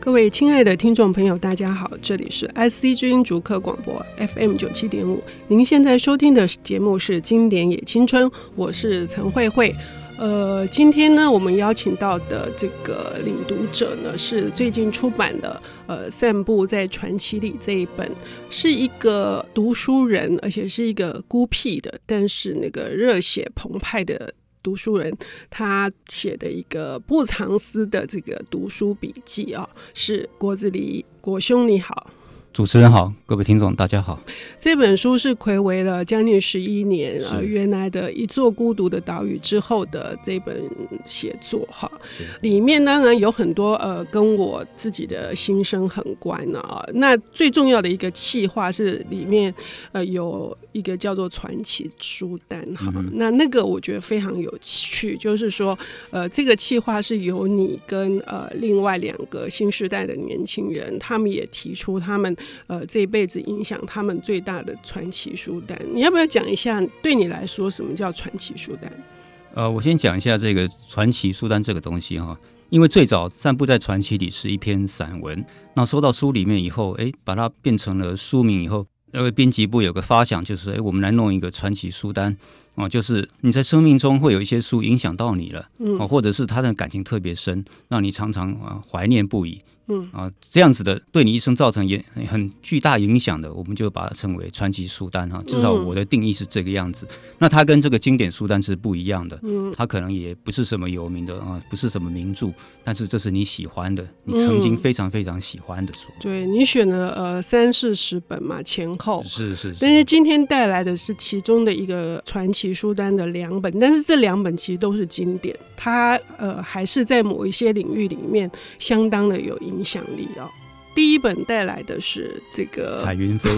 各位亲爱的听众朋友，大家好，这里是 IC 之音逐客广播 FM 九七点五。您现在收听的节目是《经典也青春》，我是陈慧慧。呃，今天呢，我们邀请到的这个领读者呢，是最近出版的呃《散步在传奇里》这一本，是一个读书人，而且是一个孤僻的，但是那个热血澎湃的读书人，他写的一个不藏私的这个读书笔记啊、是郭子狸郭兄你好。主持人好，各位听众大家好。这本书是暌违了将近十一年，呃，是原来的一座孤独的岛屿之后的这本写作哈是，里面当然有很多呃跟我自己的心声很关啊、那最重要的一个企划是里面呃有一个叫做传奇书单哈、嗯哼那那个我觉得非常有趣，就是说呃这个企划是由你跟呃另外两个新时代的年轻人，他们也提出他们呃这一辈子影响他们最大的传奇书单。你要不要讲一下，对你来说什么叫传奇书单？呃，我先讲一下这个传奇书单这个东西哈，因为最早《散步在传奇》里是一篇散文，那收到书里面以后，诶，把它变成了书名以后，那个编辑部有个发想，就是诶，我们来弄一个传奇书单啊、就是你在生命中会有一些书影响到你了，嗯啊，或者是他的感情特别深，让你常常啊怀念不已，嗯啊，这样子的对你一生造成也很巨大影响的，我们就把它称为传奇书单哈。至少嗯我的定义是这个样子。那它跟这个经典书单是不一样的，嗯它可能也不是什么有名的啊，不是什么名著，但是这是你喜欢的，你曾经嗯非常非常喜欢的书。对你选了呃三四十本嘛，前后。是是是但是今天带来的是其中的一个传奇书单的两本，但是这两本其实都是经典，它呃还是在某一些领域里面相当的有影响力哦。第一本带来的是这个彩 云飞，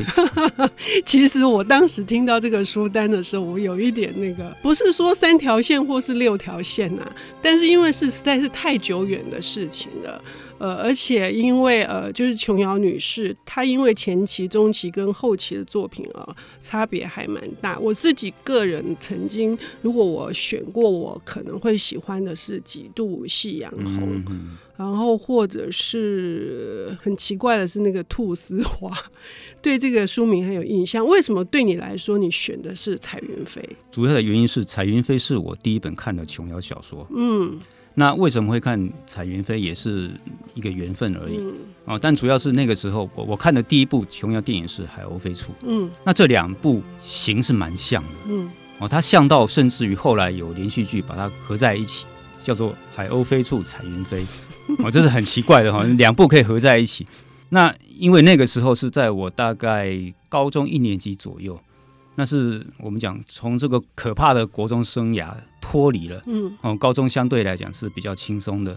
其实我当时听到这个书单的时候，我有一点那个，不是说三条线或是六条线呐、但是因为是实在是太久远的事情了，呃，而且因为呃，就是琼瑶女士，她因为前期、中期跟后期的作品啊、差别还蛮大。我自己个人曾经，如果我选过，我可能会喜欢的是《几度夕阳红》嗯嗯，然后或者是很奇怪的是那个兔丝花，对这个书名很有印象。为什么对你来说你选的是彩云飞？主要的原因是彩云飞是我第一本看的琼瑶小说。嗯那为什么会看彩云飞，也是一个缘分而已。嗯哦，但主要是那个时候我我看的第一部琼瑶电影是《海鸥飞处》，嗯那这两部型是蛮像的嗯哦，它像到甚至于后来有连续剧把它合在一起，叫做《海鸥飞处彩云飞》，哦，这是很奇怪的哈、两部可以合在一起。那因为那个时候是在我大概高中一年级左右，那是我们讲从这个可怕的国中生涯脱离了。嗯哦，高中相对来讲是比较轻松的，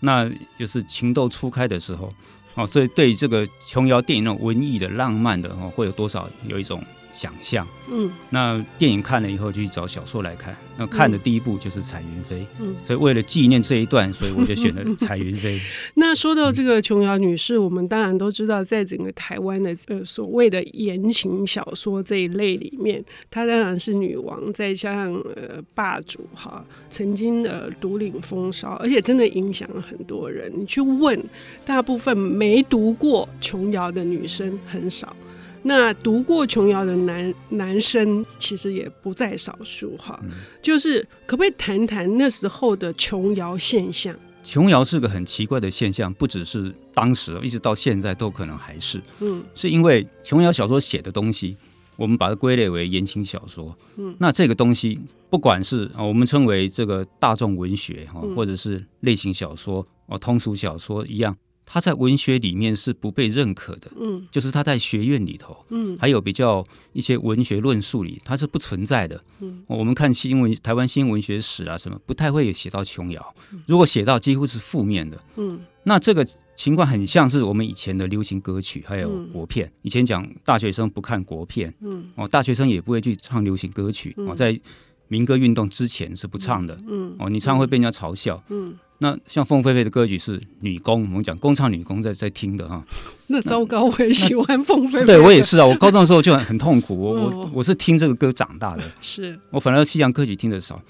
那就是情窦初开的时候，哦，所以对这个琼瑶电影那种文艺的、浪漫的，哦，会有多少有一种想象。嗯那电影看了以后，就去找小说来看。那看的第一部就是《彩云飞》，嗯。所以为了纪念这一段，所以我就选了《彩云飞》。那说到这个琼瑶女士，我们当然都知道，在整个台湾的呃所谓的言情小说这一类里面，她当然是女王，再加上呃霸主哈，曾经呃独领风骚，而且真的影响了很多人。你去问，大部分没读过琼瑶的女生很少。那读过琼瑶的男男生其实也不在少数哈，嗯就是可不可以谈谈那时候的琼瑶现象？琼瑶是个很奇怪的现象，不只是当时，一直到现在都可能还是。嗯是因为琼瑶小说写的东西，我们把它归类为言情小说。嗯，那这个东西，不管是啊、呃我们称为这个大众文学哈、嗯或者是类型小说哦、通俗小说一样，它在文学里面是不被认可的，嗯就是它在学院里头。嗯还有比较一些文学论述里，它是不存在的。嗯哦我们看新闻、台湾新文学史啊，什么不太会写到琼瑶，如果写到，几乎是负面的。嗯那这个情况很像是我们以前的流行歌曲，还有嗯国片。以前讲大学生不看国片，嗯哦，大学生也不会去唱流行歌曲，嗯哦，在民歌运动之前是不唱的，嗯哦，你唱会被人家嘲笑。嗯，那像凤飞飞的歌曲是女工，我们讲工唱女工在在听的哈。那糟糕，我也喜欢凤飞飞。对我也是啊，我高中的时候就很很痛苦，我哦我我是听这个歌长大的，是，我反而西洋歌曲听得少。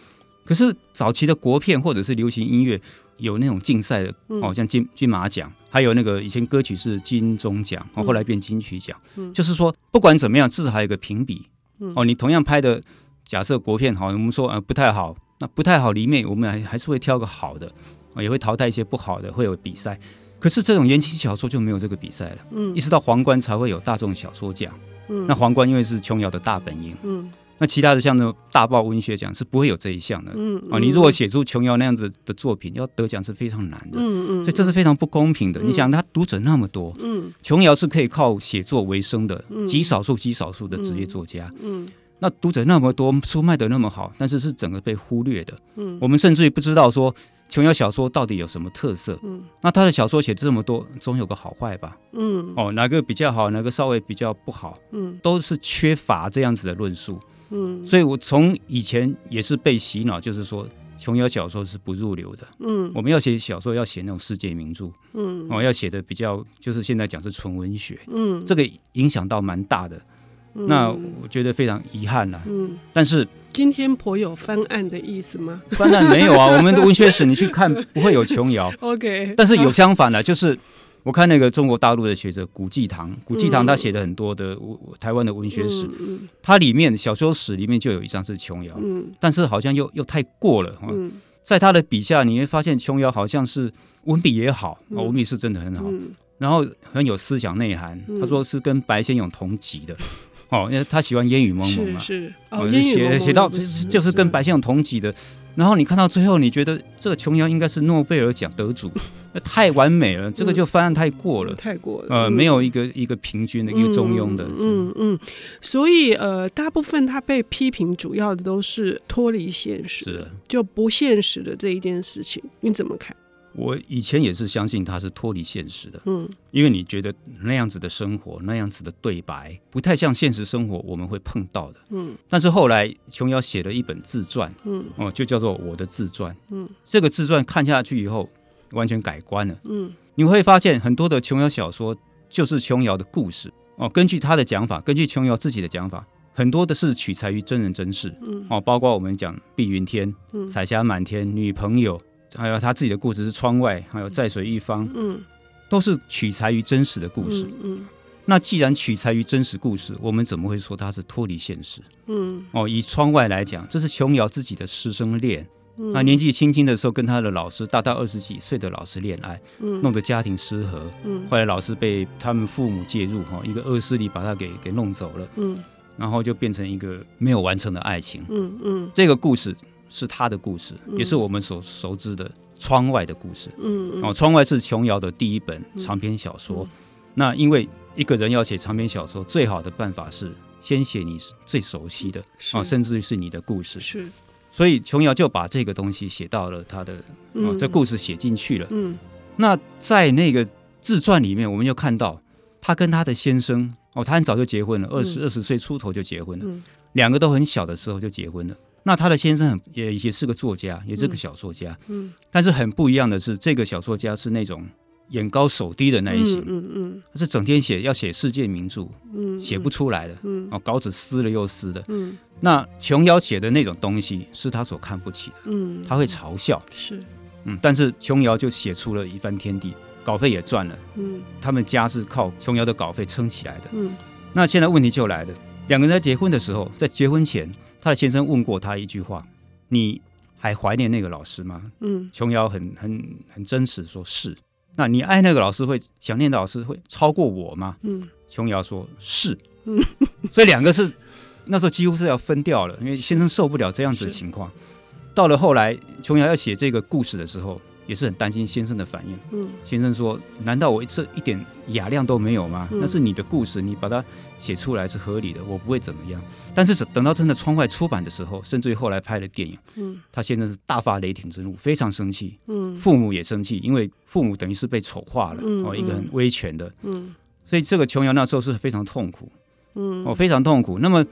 可是早期的国片或者是流行音乐，有那种竞赛的嗯哦，像金金马奖，还有那个以前歌曲是金钟奖，哦，嗯后来变金曲奖，嗯就是说不管怎么样，至少还有一个评比嗯哦。你同样拍的，假设国片好，我们说呃不太好，那不太好里面我们还还是会挑个好的，哦也会淘汰一些不好的，会有比赛。可是这种言情小说就没有这个比赛了，嗯一直到皇冠才会有大众小说奖。嗯那皇冠因为是琼瑶的大本营，嗯那其他的像那种大爆文学奖是不会有这一项的。嗯啊，你如果写出琼瑶那样子的作品，要得奖是非常难的，嗯嗯，所以这是非常不公平的。嗯你想，他读者那么多，嗯琼瑶是可以靠写作为生的嗯，极少数极少数的职业作家。嗯那读者那么多，书卖得那么好，但是是整个被忽略的。嗯我们甚至于不知道说琼瑶小说到底有什么特色。嗯那他的小说写这么多，总有个好坏吧？嗯哦，哪个比较好，哪个稍微比较不好，嗯都是缺乏这样子的论述。嗯，所以我从以前也是被洗脑，就是说琼瑶小说是不入流的。嗯我们要写小说，要写那种世界名著，嗯哦，要写的比较就是现在讲是纯文学，嗯这个影响到蛮大的。那我觉得非常遗憾啦。嗯，但是今天颇有翻案的意思吗当然没有 啊，我们的文学史你去看不会有琼瑶，嗯？OK，但是有相反的，就是。我看那个中国大陆的学者古济堂，古济堂他写了很多的我我台湾的文学史，嗯它里面小说史里面就有一章是琼瑶，嗯但是好像又又太过了、哦嗯在他的笔下，你会发现琼瑶好像是文笔也好，嗯哦、文笔是真的很好，嗯然后很有思想内涵。嗯他说是跟白先勇同级的， 哦，因为他喜欢烟雨蒙蒙是嘛，是哦哦，就烟雨写蒙写到就是跟白先勇同级的。然后你看到最后，你觉得这个琼瑶应该是诺贝尔奖得主，那太完美嗯了，这个就翻案太过了，泰国呃，没有一个一个平均的一个中庸的，嗯嗯嗯嗯，所以呃，大部分他被批评主要的都是脱离现实，是的。就不现实的这一件事情，你怎么看？我以前也是相信他是脱离现实的，嗯因为你觉得那样子的生活，那样子的对白，不太像现实生活我们会碰到的。嗯但是后来琼瑶写了一本自传，嗯哦，就叫做《我的自传》。嗯，这个自传看下去以后，完全改观了。嗯你会发现很多的琼瑶小说就是琼瑶的故事哦。根据他的讲法，根据琼瑶自己的讲法，很多的是取材于真人真事嗯哦，包括我们讲碧云天、嗯彩霞满天、女朋友，还有他自己的故事是窗外，还有在水一方，嗯，都是取材于真实的故事。嗯那既然取材于真实故事，我们怎么会说它是脱离现实？嗯哦，以窗外来讲，这是琼瑶自己的师生恋。嗯，那年纪轻轻的时候，跟她的老师大到二十几岁的老师恋爱，弄弄得家庭失和。嗯后来老师被他们父母介入，哈，一个恶势力把她给给弄走了，嗯然后就变成一个没有完成的爱情。嗯嗯这个故事是她的故事，嗯也是我们所熟知的窗外的故事。嗯哦，窗外是琼瑶的第一本长篇小说。嗯那因为一个人要写长篇小说，最好的办法是先写你最熟悉嗯的哦，甚至于是你的故事。是所以琼瑶就把这个东西写到了她的哦，这故事写进去了。嗯那在那个自传里面，我们就看到她跟她的先生哦，她很早就结婚了，二十二十岁出头就结婚了，嗯两个都很小的时候就结婚了。那她的先生很也也是个作家，也是个小说家，嗯但是很不一样的是，这个小说家是那种眼高手低的那一型，嗯嗯他是整天写要写世界名著，嗯写不出来的，嗯哦，稿纸撕了又撕的。嗯那琼瑶写的那种东西是他所看不起的，嗯，他会嘲笑，是嗯，但是琼瑶就写出了一番天地，稿费也赚了，嗯他们家是靠琼瑶的稿费撑起来的。嗯那现在问题就来了，两个人在结婚的时候，在结婚前，他的先生问过他一句话：“你还怀念那个老师吗？”嗯琼瑶很很很真实说是。那你爱那个老师会想念的老师会超过我吗？嗯琼瑶说是嗯，所以两个是那时候几乎是要分掉了，因为先生受不了这样子的情况。到了后来，琼瑶要写这个故事的时候，也是很担心先生的反应。嗯先生说：“难道我这一点雅量都没有吗？嗯那是你的故事，你把它写出来是合理的，我不会怎么样。”但是等到真的窗外出版的时候，甚至于后来拍了电影，嗯他先生是大发雷霆之怒，非常生气，嗯父母也生气，因为父母等于是被丑化了，嗯哦，一个很嗯威权的，嗯所以这个琼瑶那时候是非常痛苦，嗯哦，非常痛苦。那么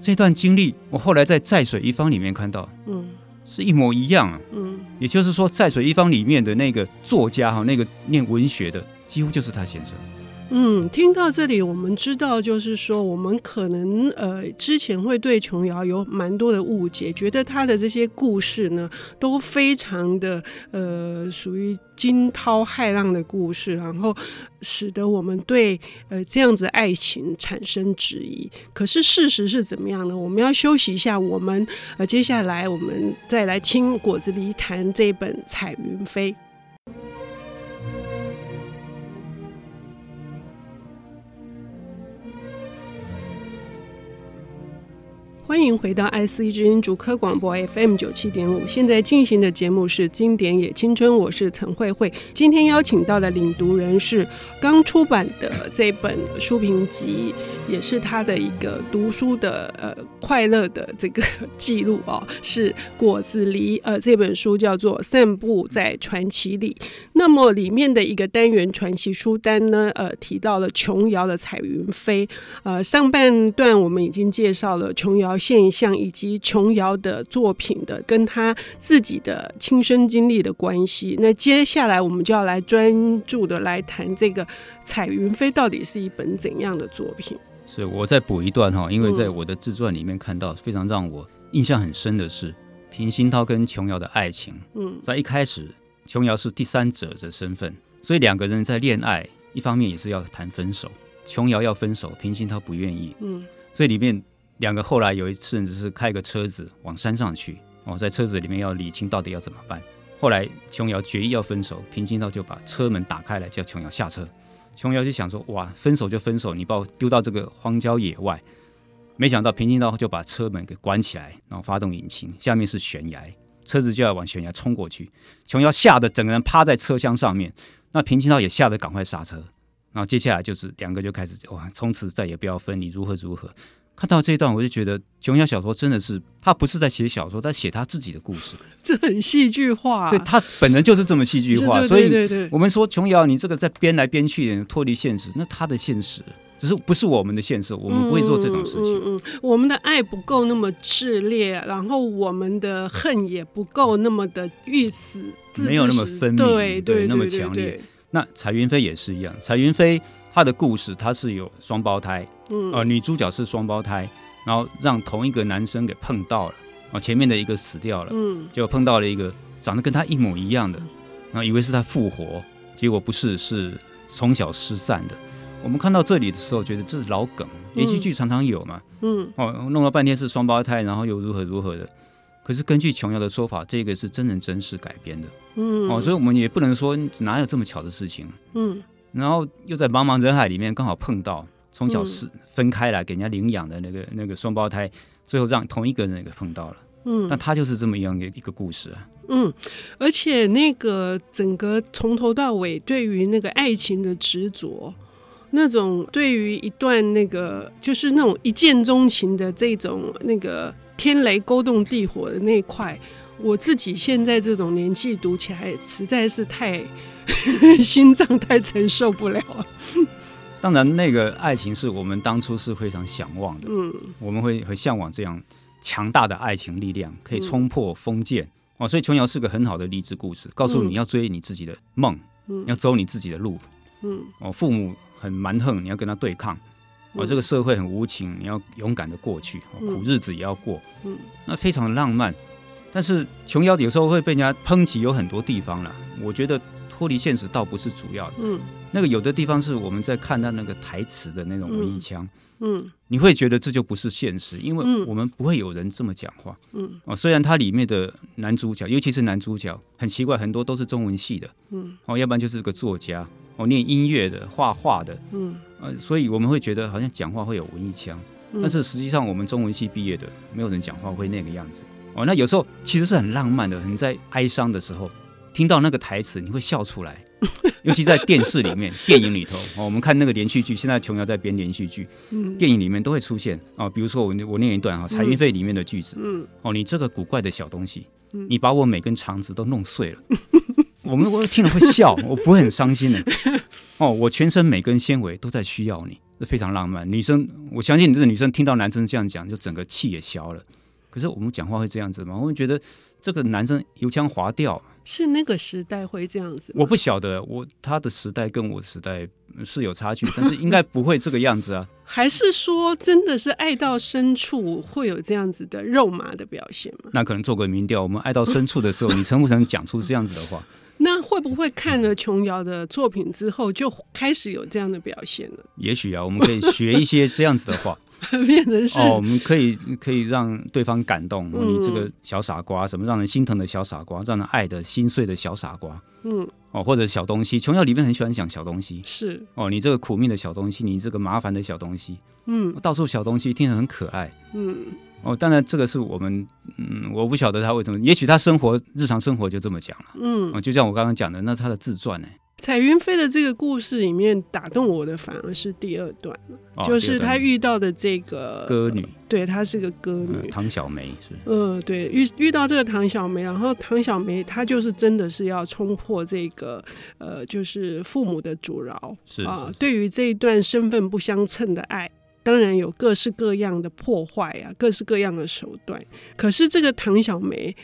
这段经历，我后来在《在水一方》里面看到嗯是一模一样啊。嗯也就是说，《在水一方》里面的那个作家哈，那个念文学的，几乎就是他先生。嗯嗯，听到这里，我们知道就是说，我们可能呃之前会对琼瑶有蛮多的误解，觉得她的这些故事呢都非常的呃属于惊涛骇浪的故事，然后使得我们对呃这样子爱情产生质疑。可是事实是怎么样呢？我们要休息一下，我们呃接下来我们再来听果子狸谈这本《彩云飞》。欢迎回到 IC 之音主科广播 FM 九七点五，现在进行的节目是《经典也青春》，我是陈慧慧。今天邀请到的领读人是刚出版的这本书评集，也是他的一个读书的呃快乐的这个 记录哦， 是果子狸呃这本书叫做《散步在传奇里》。那么里面的一个单元传奇书单呢，呃提到了琼瑶的《彩云飞》，呃，上半段我们已经介绍了琼瑶现象以及琼瑶的作品的跟她自己的亲身经历的关系。那接下来我们就要来专注的来谈这个《彩云飞》到底是一本怎样的作品？是我再补一段哈，因为在嗯我的自传里面看到非常让我印象很深的是平鑫涛跟琼瑶的爱情，嗯在一开始琼瑶是第三者的身份，所以两个人在恋爱，一方面也是要谈分手，琼瑶要分手，平鑫涛不愿意，嗯所以里面两个后来有一次甚至是开个车子往山上去，哦，在车子里面要理清到底要怎么办。后来琼瑶决意要分手，平鑫涛就把车门打开来叫琼瑶下车。琼瑶就想说，哇，分手就分手，你把我丢到这个荒郊野外。没想到平鑫涛就把车门给关起来，然后发动引擎，下面是悬崖，车子就要往悬崖冲过去。琼瑶吓得整个人趴在车厢上面，那平鑫涛也吓得赶快刹车。然后接下来就是两个就开始哇，从此再也不要分离，如何如何。看到这一段，我就觉得琼瑶小说真的是，她不是在写小说，她写她自己的故事。这很戏剧化、啊对，她本人就是这么戏剧化，对所对以对对我们说琼瑶，你这个在编来编去脱离现实，那她的现实只是不是我们的现实，我们不会做这种事情。嗯嗯嗯嗯我们的爱不够那么炽烈，然后我们的恨也不够那么的欲死，自没有那么自食分明对对对，那么对对强烈对那彩云飞也是一样，彩云飞她的故事，她是有双胞胎，嗯，呃，女主角是双胞胎，然后让同一个男生给碰到了，啊、前面的一个死掉了，嗯结果碰到了一个长得跟他一模一样的，然后以为是他复活，结果不是，是从小失散的。我们看到这里的时候，觉得这是老梗，连续剧常常有嘛。嗯哦，弄了半天是双胞胎，然后又如何如何的。可是根据琼瑶的说法，这个是真人真事改编的嗯，哦，所以我们也不能说哪有这么巧的事情。嗯然后又在茫茫人海里面刚好碰到从小嗯是分开来给人家领养的那个那个双胞胎，最后让同一个人给碰到了。嗯，那他就是这么样一个一个故事啊。嗯，而且那个整个从头到尾对于那个爱情的执着，那种对于一段那个就是那种一见钟情的这种那个天雷勾动地火的那一块，我自己现在这种年纪读起来实在是太心脏太承受不了了。当然，那个爱情是我们当初是非常向往的，嗯我们会会向往这样强大的爱情力量，可以冲破封建、哦。所以琼瑶是个很好的励志故事，告诉嗯你要追你自己的梦，嗯要走你自己的路。嗯哦，父母很蛮横，你要跟他对抗。哦，嗯这个社会很无情，你要勇敢的过去，哦嗯苦日子也要过。嗯那非常浪漫。但是琼瑶有时候会被人家抨击，有很多地方啦。我觉得脱离现实倒不是主要的，嗯那个有的地方是我们在看到那个台词的那种文艺腔。嗯你会觉得这就不是现实，因为嗯我们不会有人这么讲话嗯哦。虽然它里面的男主角，尤其是男主角，很奇怪，很多都是中文系的嗯哦，要不然就是个作家哦，念音乐的、画画的，嗯，呃，所以我们会觉得好像讲话会有文艺腔，嗯但是实际上我们中文系毕业的，没有人讲话会那个样子哦。那有时候其实是很浪漫的，很在哀伤的时候听到那个台词，你会笑出 来。尤其在电视里面、 电影里头哦，我们看那个连续剧，现在琼瑶在编连续剧，嗯电影里面都会出现啊、哦。比如说我我念一段哈，《彩云飞》里面的句子、嗯哦，你这个古怪的小东西，嗯你把我每根肠子都弄碎了。我们我听了会笑，我不会很伤心的。哦，我全身每根纤维都在需要你，这非常浪漫。女生，我相信这个女生听到男生这样讲，就整个气也消了。可是我们讲话会这样子吗？我们觉得这个男生油腔滑调，是那个时代会这样子吗。我不晓得我他的时代跟我的时代嗯是有差距，但是应该不会这个样子啊。还是说，真的是爱到深处会有这样子的肉麻的表现吗？那可能做个民调，我们爱到深处的时候，你曾不曾讲出这样子的话？那会不会看了琼瑶的作品之后，就开始有这样的表现了， 也许啊，我们可以学一些这样子的话变成是、哦，我们可以可以让对方感动，哦嗯你这个小傻瓜，什么让人心疼的小傻瓜，让人爱的心碎的小傻瓜嗯哦，或者小东西，琼瑶里面很喜欢讲小东西是哦，你这个苦命的小东西，你这个麻烦的小东西，嗯到处小东西，听着很可爱。嗯哦，当然，这个是我们，嗯，我不晓得他为什么，也许他生活日常生活就这么讲了，嗯。哦，就像我刚刚讲的，那他的自传呢、彩云飞的这个故事里面打动我的反而是第二段，哦、就是他她遇到的这个歌女，对，她是个歌女，嗯，唐小梅是，呃，对，遇遇到这个唐小梅，然后唐小梅她就是真的是要冲破这个呃，就是父母的阻挠是啊、是对于这一段身份不相称的爱。当然有各式各样的破坏啊，各式各样的手段。可是这个唐小梅，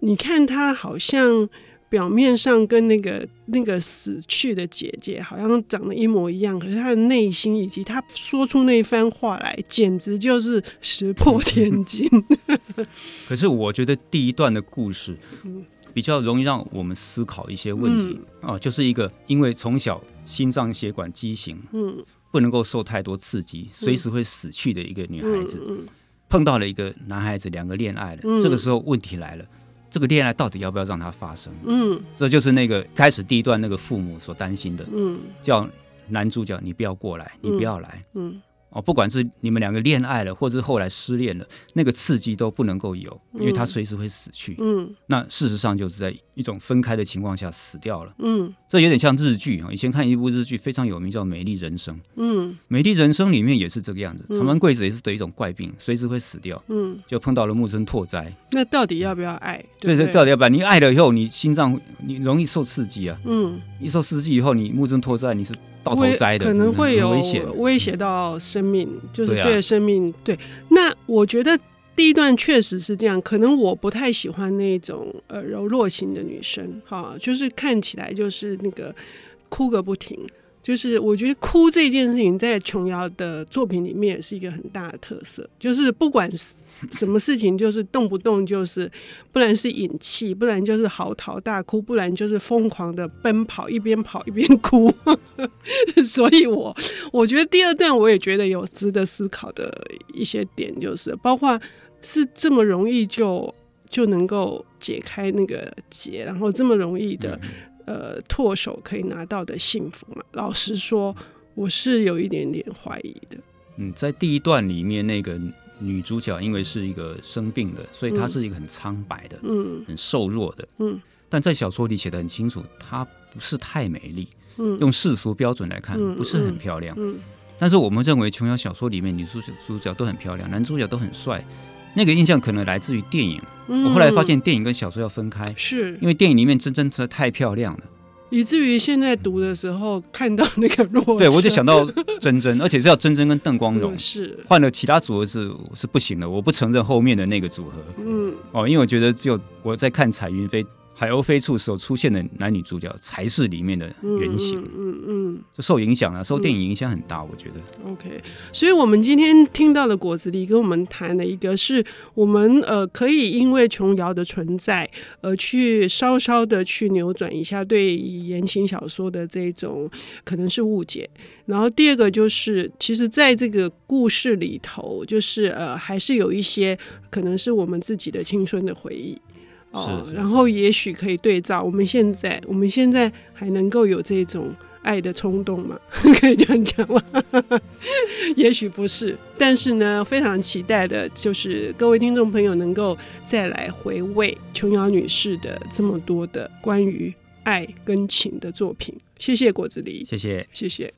你看她好像表面上跟那个那个死去的姐姐好像长得一模一样，可是她的内心以及她说出那番话来，简直就是石破天 惊。 可是我觉得第一段的故事嗯比较容易让我们思考一些问题，哦，就是一个因为从小心脏血管畸形，嗯，不能够受太多刺激，随时会死去的一个女孩子，嗯碰到了一个男孩子，两个恋爱了，嗯这个时候问题来了，这个恋爱到底要不要让它发生？嗯这就是那个开始第一段那个父母所担心的，嗯叫男主角你不要过来，你嗯不要来、嗯哦。不管是你们两个恋爱了，或者是后来失恋了，那个刺激都不能够有，因为他嗯随时会死去。嗯那事实上就是在一种分开的情况下死掉了。嗯这有点像日剧啊，以前看一部日剧非常有名，叫《美丽人生》。《嗯美丽人生》里面也是这个样子，嗯长门贵子也是得一种怪病，随时会死掉，嗯，就碰到了木村拓哉。那到底要不要爱？对对不对，到底要不然你爱了以后，你心脏你容易受刺激啊，嗯，一受刺激以后，你木村拓哉你是到头危栽的，可能会有很危险。嗯威胁到生命，就是对啊对生命。对，那我觉得第一段确实是这样，可能我不太喜欢那种呃柔弱型的女生，哈，就是看起来就是那个哭个不停。就是我觉得哭这件事情，在琼瑶的作品里面也是一个很大的特色，就是不管是什么事情，就是动不动就是，不然是引气，不然就是嚎啕大哭，不然就是疯狂的奔跑，一边跑一边哭。 所以我我觉得第二段我也觉得有值得思考的一些点，就是包括是这么容易就就能够解开那个结，然后这么容易嗯的、呃唾手可以拿到的幸福嘛。老实说，我是有一点点怀疑的。嗯，在第一段里面，那个女主角因为是一个生病的，所以她嗯是一个很苍白的、嗯很瘦弱的。嗯但在小说里写的很清楚，她不是太美丽，嗯用世俗标准来看嗯，不是很漂亮。嗯但是我们认为琼瑶小说里面女主角主角都很漂亮，男主角都很帅，那个印象可能来自于电影。嗯，我后来发现电影跟小说要分开，是因为电影里面真真实在太漂亮了。以至于现在读的时候看到那个落对，我就差想到真真，而且是要真真跟邓光荣嗯。是换了其他组合是是不行的，我不承认后面的那个组合嗯哦，因为我觉得只有我在看彩云飞、海鸥飞处时候出现的男女主角才是里面的嗯原型，嗯嗯。嗯就受影响啊了，受电影影响很大，我觉得。 OK，所以我们今天听到的果子狸跟我们谈的一个是我们呃可以因为琼瑶的存在，呃去稍稍的去扭转一下对言情小说的这种可能是误解。然后第二个就是，其实在这个故事里头，就是呃还是有一些可能是我们自己的青春的回忆。哦是，是然后也许可以对照我们现在，我们现在还能够有这种爱的冲动嘛， 可以这样讲吗？ 也许不是，但是呢，非常期待的就是各位听众朋友能够再来回味琼瑶女士的这么多的关于爱跟情的作品。谢谢果子狸，谢谢。谢谢。